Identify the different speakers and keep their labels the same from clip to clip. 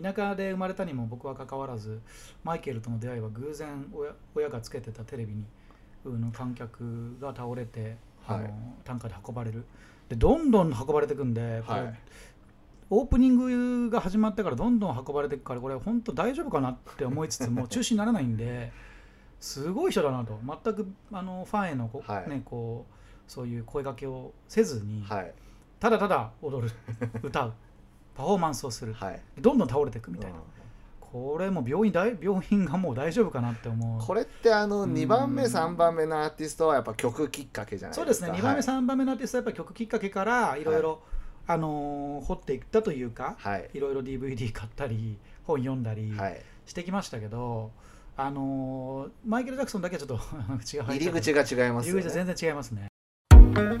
Speaker 1: 田舎で生まれたにも僕は関わらずマイケルとの出会いは偶然親親がつけてたテレビにうんの観客が倒れて、あ
Speaker 2: はい
Speaker 1: の担架で運ばれるでどんどん運ばれてくんで、これ
Speaker 2: はい
Speaker 1: オープニングが始まってからどんどん運ばれていくからこれ本当大丈夫かなって思いつ つも中止にならないんですごい人だなと全くあのファンへのこ、
Speaker 2: はい
Speaker 1: ね、こうそういう声掛けをせずに、
Speaker 2: はい
Speaker 1: ただただ踊る歌うパフォーマンスをする
Speaker 2: はい
Speaker 1: どんどん倒れていくみたいな、
Speaker 2: うん
Speaker 1: これもう病院大病院がもう大丈夫かなって思う
Speaker 2: これってあの
Speaker 1: うん
Speaker 2: 2番目3番目のアーティストはやっぱ曲きっかけじゃない
Speaker 1: そう
Speaker 2: で
Speaker 1: ですす
Speaker 2: か
Speaker 1: ね、2番目、
Speaker 2: ん
Speaker 1: 3番目のアーティストはやっぱ曲きっかけからいろいろ、あのー掘っていったというか、
Speaker 2: はい
Speaker 1: いろいろ DVD 買ったり、本読んだり
Speaker 2: はい
Speaker 1: してきましたけど、あのーマイケル・ジャクソンだけはちょっと 違う
Speaker 2: 入り口が違います
Speaker 1: 入
Speaker 2: よ
Speaker 1: り
Speaker 2: ね
Speaker 1: 口は全然違いますね。
Speaker 2: は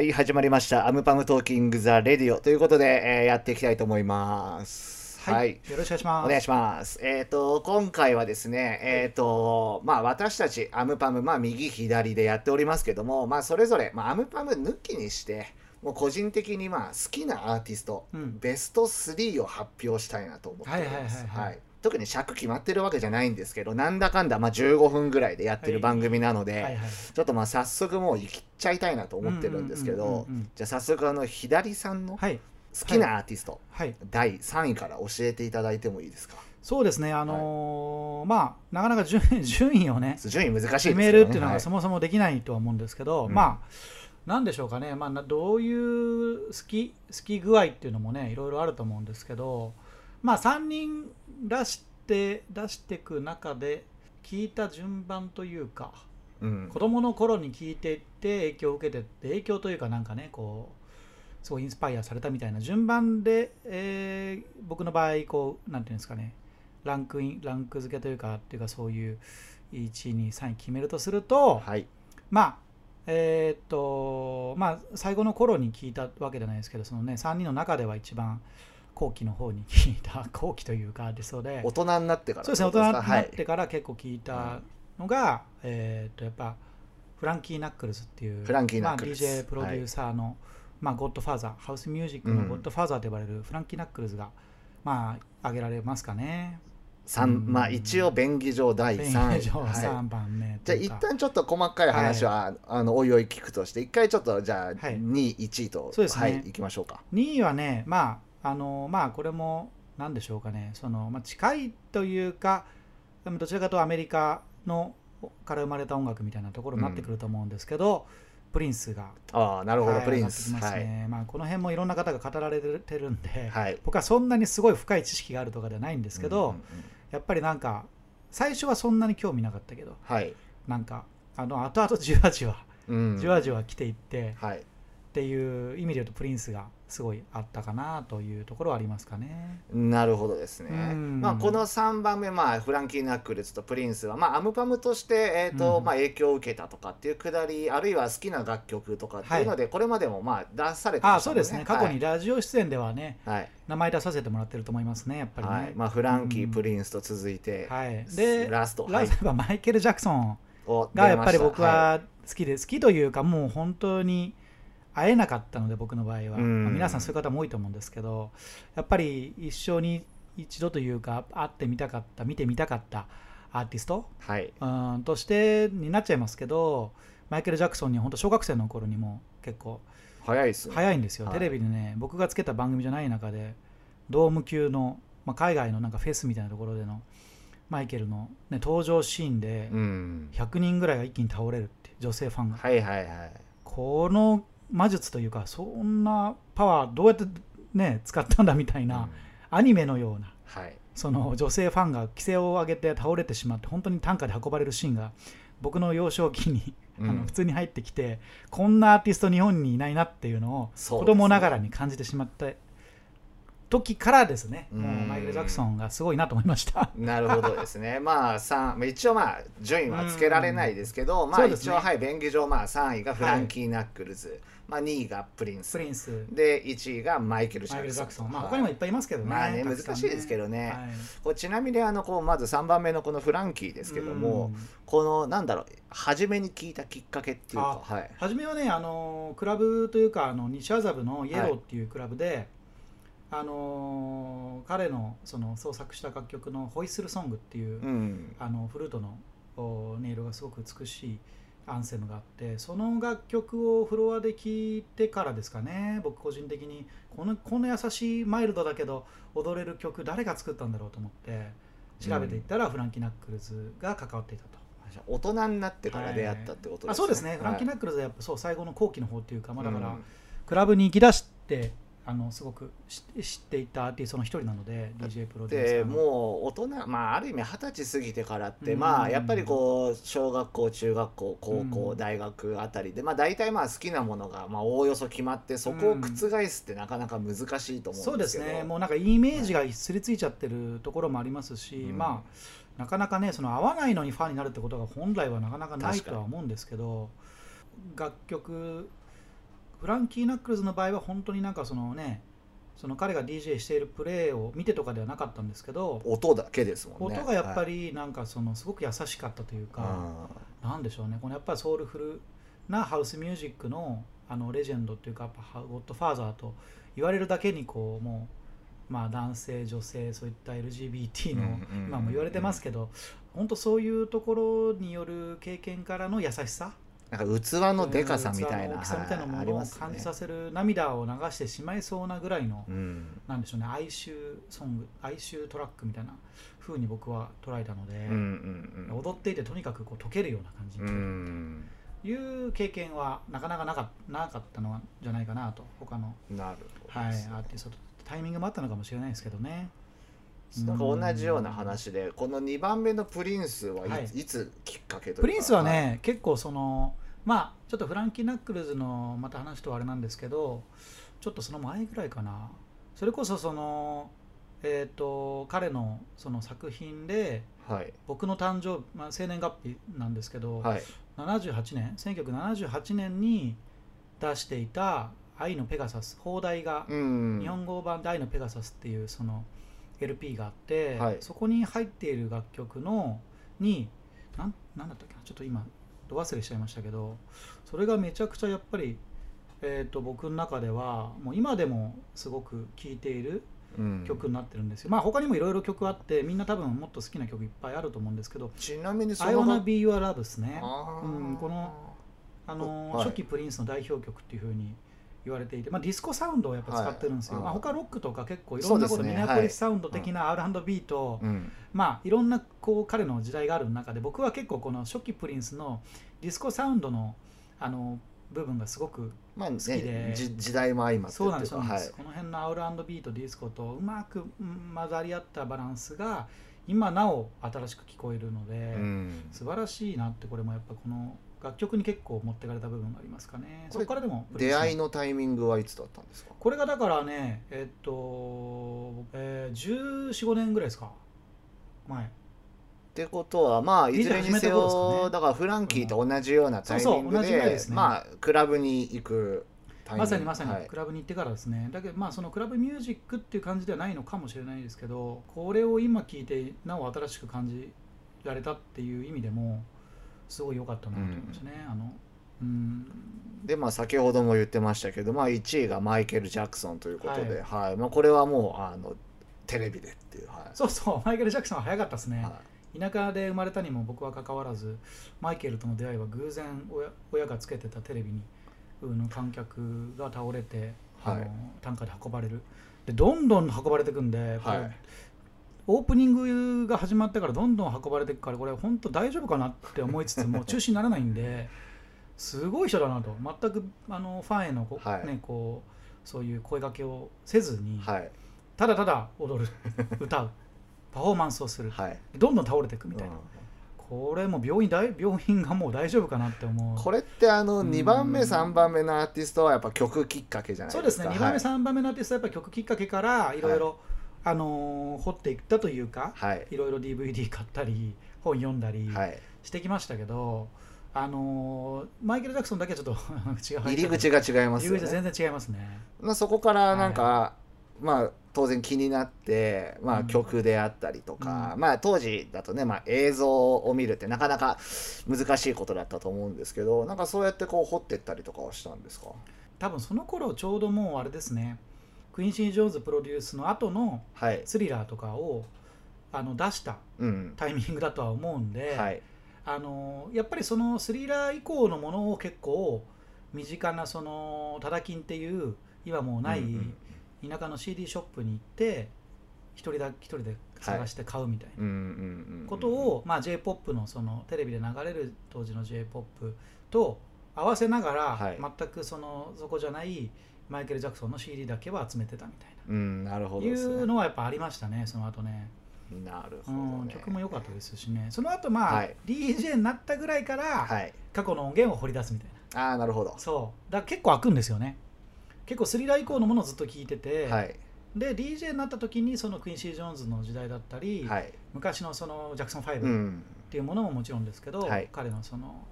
Speaker 2: い始まりました「アムパムトーキング・ザ・レディオ」ということで、えーやっていきたいと思いますはい
Speaker 1: よろしくお願いします。
Speaker 2: お願いします。えっ、と、今回はですね、えっ、と、まあ私たちアムパム、まあ右左でやっておりますけども、まあそれぞれ、まあアムパム抜きにして、もう個人的にまあ好きなアーティスト、
Speaker 1: うん
Speaker 2: ベスト3を発表したいなと思っております。
Speaker 1: はいはいはいはい
Speaker 2: 特に尺決まってるわけじゃないんですけど、なんだかんだまあ15分ぐらいでやってる番組なので、
Speaker 1: はいはい、
Speaker 2: ちょっとまあ早速もう行っちゃいたいなと思ってるんですけ
Speaker 1: うんうんうん
Speaker 2: ど
Speaker 1: うんうん、
Speaker 2: じゃあ早速あの左さんの好
Speaker 1: はい、
Speaker 2: きなアーティスト、
Speaker 1: はい、
Speaker 2: 第3位から教えていただいてもいいですか
Speaker 1: そうですね、あのーまあ、なかなか順 順位をね、
Speaker 2: 順位難しいです
Speaker 1: 決
Speaker 2: よね
Speaker 1: めるっていうの
Speaker 2: は
Speaker 1: が
Speaker 2: い
Speaker 1: そもそもできないとは思うんですけど、
Speaker 2: うん
Speaker 1: まあなんでしょうかね、まあ、などういう好き好き具合っていうのもねいろいろあると思うんですけどまあ3人出して出してく中で聞いた順番というか
Speaker 2: うん
Speaker 1: 子供の頃に聞いていって影響を受けてって影響というかなんかねこうすごいインスパイアされたみたいな順番で、えー僕の場合こうなんていうんですかねランクインランク付けというかっていうかそういう1位2位3位決めるとすると、
Speaker 2: はい
Speaker 1: まあえーっとまあ最後の頃に聞いたわけじゃないですけどそのね3人の中では一番後期の方に聞いた後期というかですので
Speaker 2: 大人になってから
Speaker 1: そうですね、大
Speaker 2: ってこと
Speaker 1: 人に
Speaker 2: か
Speaker 1: なってから結構聞いたのが、えーっと、やっぱ、フランキー・ナックルズっていう、
Speaker 2: フランキーナックルズ
Speaker 1: まあ、DJ プロデューサーの、まあ、ゴッドファーザー、ハウスミュージックのゴッドファーザーと呼ばれるフランキー・ナックルズが、まあ、挙げられますかね。
Speaker 2: 三
Speaker 1: うん
Speaker 2: まあ一応便宜上第
Speaker 1: ベン
Speaker 2: 3位
Speaker 1: ジョー
Speaker 2: はい
Speaker 1: 3番目と
Speaker 2: じゃあ
Speaker 1: いう
Speaker 2: 一
Speaker 1: か、
Speaker 2: 旦ちょっと細かい話は、あのおいおい聞くとして一回ちょっとじゃあ2
Speaker 1: はい
Speaker 2: 位1位と
Speaker 1: そうですね
Speaker 2: はい行きましょうか
Speaker 1: 2位はね、まあ、あの、まあ、これも、なんでしょうかね、その、まあ、近いというか、でもどちらかというとアメリカのから生まれた音楽みたいなところになってくると思うんですけど、プリンスが
Speaker 2: ああなるほど、
Speaker 1: はい
Speaker 2: プリンス
Speaker 1: 上がってきま
Speaker 2: は
Speaker 1: す
Speaker 2: い、
Speaker 1: ねまあ、この辺もいろんな方が語られてるんで、
Speaker 2: はい、で
Speaker 1: 僕はそんなにすごい深い知識があるとかではないんですけど、やっぱりなんか最初はそんなに興味なかったけど
Speaker 2: はい、
Speaker 1: なんかあの後々じわじわ、
Speaker 2: うん
Speaker 1: じわじわ来ていって
Speaker 2: はい
Speaker 1: っていう意味で言うとプリンスがすごいあったかなというところはありますかね。
Speaker 2: なるほどですね。
Speaker 1: うん
Speaker 2: まあこの3番目、まあ、フランキー・ナックルズとプリンスは、まあ、アムパムとして、えーと
Speaker 1: うん
Speaker 2: まあ、影響を受けたとかっていうくだりあるいは好きな楽曲とかっていうので、これまでもまあ出されて
Speaker 1: あ
Speaker 2: ま
Speaker 1: あ
Speaker 2: した
Speaker 1: そう
Speaker 2: も
Speaker 1: ん
Speaker 2: ね
Speaker 1: ですね過去に、ラジオ出演ではね、
Speaker 2: はいはい
Speaker 1: 名前出させてもらってると思いますねやっぱりね。
Speaker 2: はいまあ、フランキー、
Speaker 1: うん
Speaker 2: プリンスと続いて、
Speaker 1: はい、でラ
Speaker 2: ラスト、は
Speaker 1: ラ
Speaker 2: い
Speaker 1: ス、トはマイケル・ジャクソン
Speaker 2: を
Speaker 1: が
Speaker 2: 出
Speaker 1: やっ
Speaker 2: ま
Speaker 1: ぱ
Speaker 2: した
Speaker 1: り僕は好きで、好きというかもう本当に会えなかったので僕の場合は、
Speaker 2: うん
Speaker 1: まあ皆さんそういう方も多いと思うんですけどやっぱり一生に一度というか会ってみたかった見てみたかったアーティスト
Speaker 2: はい、はい
Speaker 1: うんとしてになっちゃいますけどマイケル・ジャクソンに本当小学生の頃にも結構
Speaker 2: 早いですね。
Speaker 1: 早いんですよ、
Speaker 2: はい
Speaker 1: テレビでね僕がつけた番組じゃない中でドーム級の、まあ、海外のなんかフェスみたいなところでのマイケルの、ね、登場シーンで、
Speaker 2: うん、
Speaker 1: 100人ぐらいが一気に倒れるって女性ファンが
Speaker 2: はいはいはい。
Speaker 1: この魔術というかそんなパワーどうやってね使ったんだみたいな、
Speaker 2: うん
Speaker 1: アニメのような
Speaker 2: はい、
Speaker 1: その女性ファンが規制を上げて倒れてしまって本当に担架で運ばれるシーンが僕の幼少期に、
Speaker 2: うん
Speaker 1: あの普通に入ってきてこんなアーティスト日本にいないなっていうのを
Speaker 2: そうですね
Speaker 1: 子供ながらに感じてしまって時からですね、
Speaker 2: うん
Speaker 1: もうマイケル・ジャクソンがすごいなと思いました。
Speaker 2: なるほどです ね。まあ三、まあ一応まあ順位はつけられないですけど、ま
Speaker 1: そ
Speaker 2: あ
Speaker 1: うです
Speaker 2: 一
Speaker 1: ね
Speaker 2: 応はい便宜上まあ三位がフランキー・ナックルズ、まあ二位がプリン
Speaker 1: プ、
Speaker 2: ス
Speaker 1: リンス、
Speaker 2: で一位がマイケル・ジ
Speaker 1: マイ
Speaker 2: ャ
Speaker 1: ケル・
Speaker 2: ク
Speaker 1: ジ
Speaker 2: ソン
Speaker 1: ャクソン、まあ、
Speaker 2: はい
Speaker 1: 他にもいっぱいいますけどね。
Speaker 2: まあね
Speaker 1: たくさん
Speaker 2: 難しいですけどね
Speaker 1: はい
Speaker 2: こうちなみにあのこうまず3番目のこのフランキーですけども、
Speaker 1: うん
Speaker 2: このなんだろう初めに聞いたきっかけっていうかはい
Speaker 1: 初めはねあのクラブというかあの西麻布のイエローっていうクラブで、あの彼のその創作した楽曲の「ホイッスルソング」っていう、
Speaker 2: うん
Speaker 1: あのフルートのお音色がすごく美しいアンセムがあってその楽曲をフロアで聴いてからですかね僕個人的にこのこの優しいマイルドだけど踊れる曲誰が作ったんだろうと思って調べていったらフランキー・ナックルズが関わっていたと。
Speaker 2: 大人になってから出会ったってことですね、
Speaker 1: あそうですね、フランキー・
Speaker 2: な
Speaker 1: ナックルズはやっぱそう最後の後期の方っていうか、まあ、だから、
Speaker 2: うん
Speaker 1: クラブに行き出してあのすごく知知っていたアーティストの一人なので
Speaker 2: だっ
Speaker 1: DJ プロデューサー
Speaker 2: で
Speaker 1: の
Speaker 2: もう大人まあある意味二十歳過ぎてからって、
Speaker 1: うん
Speaker 2: まあやっぱりこう小学校中学校高校、
Speaker 1: うん
Speaker 2: 大学あたりでまあ大体まあ好きなものがまあおおよそ決まってそこを覆すってなかなか難しいと思
Speaker 1: そううんで
Speaker 2: です
Speaker 1: す
Speaker 2: けど、
Speaker 1: ねもうなんかイメージがすりついちゃってるところもありますし、
Speaker 2: うん
Speaker 1: まあなかなかねその合わないのにファンになるってことが本来はなかなかないとは思うんですけど楽曲フランキー・ナックルズの場合は本当になんかそのねその彼が DJ しているプレーを見てとかではなかったんですけど、
Speaker 2: 音だけですもんね
Speaker 1: 音がやっぱ
Speaker 2: り、
Speaker 1: りなんかそのすごく優しかったというか、
Speaker 2: は
Speaker 1: なんでしょうねこのやっぱりソウルフルなハウスミュージックのあのレジェンドっていうかやっぱハゴッドファーザーと言われるだけにこうもうまあ男性女性そういった LGBT の、
Speaker 2: うんうんうんうん
Speaker 1: 今も言われてますけど本当そういうところによる経験からの優しさ
Speaker 2: いなんか器のでかさみたいな、
Speaker 1: うん器の大きさみたいな
Speaker 2: は
Speaker 1: も
Speaker 2: あり
Speaker 1: のを
Speaker 2: ますね
Speaker 1: 感じさせる涙を流してしまいそうなぐらいの、
Speaker 2: うん
Speaker 1: なんでしょうね哀愁ソング哀愁トラックみたいな風に僕は捉えたので、
Speaker 2: うんうんうん
Speaker 1: 踊っていてとにかくこう溶けるような感じに
Speaker 2: う
Speaker 1: 聞こえる
Speaker 2: ん
Speaker 1: いう経験はなかなかなかなかったのじゃないかなと他の、
Speaker 2: なるほ
Speaker 1: はい、
Speaker 2: ど
Speaker 1: ア
Speaker 2: ですね、
Speaker 1: ーティストとタイミングもあったのかもしれないですけどね
Speaker 2: なんか同じような話でこの2番目のプリンスはいつ,、
Speaker 1: はい
Speaker 2: い、つきっかけというか
Speaker 1: プリンスはね、、結構そのまあちょっとフランキー・ナックルズのまた話とはあれなんですけどちょっとその前ぐらいかなそれこそそのえっ、と彼のその作品で
Speaker 2: はい
Speaker 1: 僕の誕生日、まあ、生年月日なんですけど、
Speaker 2: はい
Speaker 1: 78年1978年に出していた「愛のペガサス」放題が
Speaker 2: うん、
Speaker 1: 日本語版で「愛のペガサス」っていうその LP があって、
Speaker 2: はい
Speaker 1: そこに入っている楽曲のになんなんだったっけなちょっと今ど忘れしちゃいましたけどそれがめちゃくちゃやっぱり、えー、と僕の中ではもう今でもすごく聴いている
Speaker 2: うん
Speaker 1: 曲になってるんですよ、まあ他にもいろいろ曲あってみんな多分もっと好きな曲いっぱいあると思うんですけど
Speaker 2: ちなみに
Speaker 1: 「I wanna be your love」ですね。
Speaker 2: あー
Speaker 1: うんこのあの
Speaker 2: はい
Speaker 1: 初期プリンスの代表曲っていうふうに言われていて、まあ、ディスコサウンドをやっぱ使ってるんですよ、
Speaker 2: はい
Speaker 1: まあ、他ロックとか結構い
Speaker 2: そ
Speaker 1: ろ
Speaker 2: うんで
Speaker 1: な
Speaker 2: す
Speaker 1: こ
Speaker 2: ね
Speaker 1: と、ミネアポリスサウンド的な R&B と、
Speaker 2: うん
Speaker 1: まあいろんなこう彼の時代がある中で僕は結構この初期プリンスのディスコサウンドのあの部分がすごく
Speaker 2: まあね
Speaker 1: 好きで
Speaker 2: じ時代も相まって
Speaker 1: そうなんです
Speaker 2: とい
Speaker 1: そうなん
Speaker 2: か
Speaker 1: です、この辺の R&B とディスコとうまくうん混ざり合ったバランスが今なお新しく聞こえるので。
Speaker 2: はいうん
Speaker 1: 素晴らしいなってこれもやっぱこの楽曲に結構持ってかれた部分がありますかね
Speaker 2: こ
Speaker 1: そ
Speaker 2: れ
Speaker 1: こからでも
Speaker 2: 出会い
Speaker 1: の
Speaker 2: のタイミングはいつだったんですか
Speaker 1: これがだからねえっと、えー、1415年ぐらいですか前
Speaker 2: ってことはまあいずれ
Speaker 1: い
Speaker 2: にせよ
Speaker 1: つ始めた頃ですかね
Speaker 2: だからフランキーと同じようなタイミン
Speaker 1: そうそ
Speaker 2: グ
Speaker 1: う同じぐらいで
Speaker 2: です
Speaker 1: ね
Speaker 2: まあクラブに行くタイミング
Speaker 1: まさにまさ
Speaker 2: は
Speaker 1: に
Speaker 2: い
Speaker 1: クラブに行ってからですね、だけどまあそのクラブミュージックっていう感じではないのかもしれないですけどこれを今聞いてなお新しく感じられたっていう意味でもすごい良かったなと思いますね、あのうん
Speaker 2: でまあ先ほども言ってましたけど、まあ、1位がマイケル・ジャクソンということで、
Speaker 1: は
Speaker 2: はいまあ、これはもうあのテレビでっていう、はい
Speaker 1: そうそうマイケル・ジャクソンは早かったですね、
Speaker 2: は
Speaker 1: 田舎で生まれたにも僕は関わらずマイケルとの出会いは偶然親親がつけてたテレビにうん観客が倒れて、
Speaker 2: は
Speaker 1: あ
Speaker 2: い
Speaker 1: の担架で運ばれるでどんどん運ばれてくんで、これ
Speaker 2: はい
Speaker 1: オープニングが始まってからどんどん運ばれてくからこれ本当大丈夫かなって思いつつ も中止にならないんですごい人だなと全くあのファンへのこ、
Speaker 2: はい
Speaker 1: ね、こうそういう声掛けをせずに、
Speaker 2: はい
Speaker 1: ただただ踊る歌うパフォーマンスをする
Speaker 2: はい
Speaker 1: どんどん倒れていくみたいな。
Speaker 2: うん
Speaker 1: これもう病院大病院がもう大丈夫かなって思う
Speaker 2: これってあの
Speaker 1: うん
Speaker 2: 2番目3番目のアーティストはやっぱ曲きっかけじゃない
Speaker 1: そう
Speaker 2: で
Speaker 1: ですす
Speaker 2: か
Speaker 1: ね、2番目、
Speaker 2: はい
Speaker 1: 3番目のアーティストはやっぱり曲きっかけからいろいろ、あのー掘っていったというか、
Speaker 2: はい
Speaker 1: いろいろ DVD 買ったり、本読んだり
Speaker 2: はい
Speaker 1: してきましたけど、あのーマイケル・ジャクソンだけちょっと 違う
Speaker 2: 入り口が違います
Speaker 1: 入
Speaker 2: よ
Speaker 1: り口
Speaker 2: ね
Speaker 1: 全然違いますね。
Speaker 2: まあそこからなんか、まあ当然気になって、
Speaker 1: う
Speaker 2: まあ、
Speaker 1: ん
Speaker 2: 曲であったりとか、
Speaker 1: う
Speaker 2: まあ当時だとね、まあ、映像を見るってなかなか難しいことだったと思うんですけどなんかそうやってこう掘ってったりとかはしたんですか
Speaker 1: 多分その頃ちょうどもうあれですね、クインシー・ジョーンズプロデュースの後の
Speaker 2: はい
Speaker 1: スリラーとかをあの出した
Speaker 2: うん
Speaker 1: タイミングだとは思うんで、
Speaker 2: はい
Speaker 1: あのやっぱりそのスリラー以降のものを結構身近なそのタダキンっていう今もうない
Speaker 2: うんうん
Speaker 1: 田舎の CD ショップに行って一人だ一人で探して買うみたい
Speaker 2: うん
Speaker 1: な
Speaker 2: うんうん
Speaker 1: ことを、まあ、j p o p のそのテレビで流れる当時の j p o p と合わせなが
Speaker 2: は
Speaker 1: ら
Speaker 2: い
Speaker 1: 全くそのそこじゃないマイケル・ジャクソンの CD だけは集めてたみたいな。
Speaker 2: うんなるほど
Speaker 1: い
Speaker 2: ですね
Speaker 1: うのはやっぱありましたね、その後ね。
Speaker 2: なる
Speaker 1: う
Speaker 2: ほど、ね
Speaker 1: ん、曲も良かったですしね。その後まあ、
Speaker 2: はい
Speaker 1: DJ になったぐらいから、
Speaker 2: はい
Speaker 1: 過去の音源を掘り出すみたいな
Speaker 2: ああなるほど
Speaker 1: そうだから結構開くんですよね結構スリラー以降のものをずっと聞いてて、
Speaker 2: はい
Speaker 1: で DJ になった時にそのクインシー・ジョーンズの時代だったり、
Speaker 2: はい
Speaker 1: 昔のそのジャクソン
Speaker 2: う
Speaker 1: 5っ
Speaker 2: ん
Speaker 1: ていうものももちろんですけど、
Speaker 2: はい
Speaker 1: 彼のその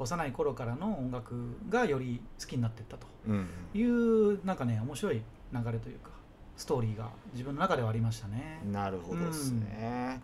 Speaker 1: 幼い頃からの音楽がより好きになっていったと
Speaker 2: うん
Speaker 1: いうなんかね面白い流れというかストーリーが自分の中ではありましたね、
Speaker 2: なるほどですね、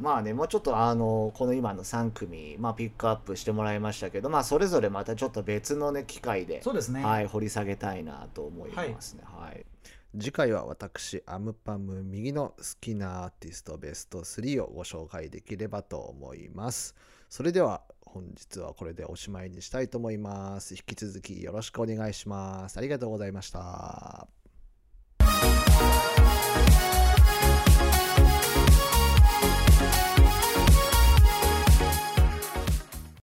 Speaker 2: まあねもうちょっとあのこの今の3組、まあ、ピックアップしてもらいましたけどまあそれぞれまたちょっと別のね機会で
Speaker 1: そうですね、
Speaker 2: はい、掘り下げたいなと思いますね。はい次回は私、アムパム右の好きなアーティストベスト3をご紹介できればと思います。それでは本日はこれでおしまいにしたいと思います。引き続きよろしくお願いします。ありがとうございました。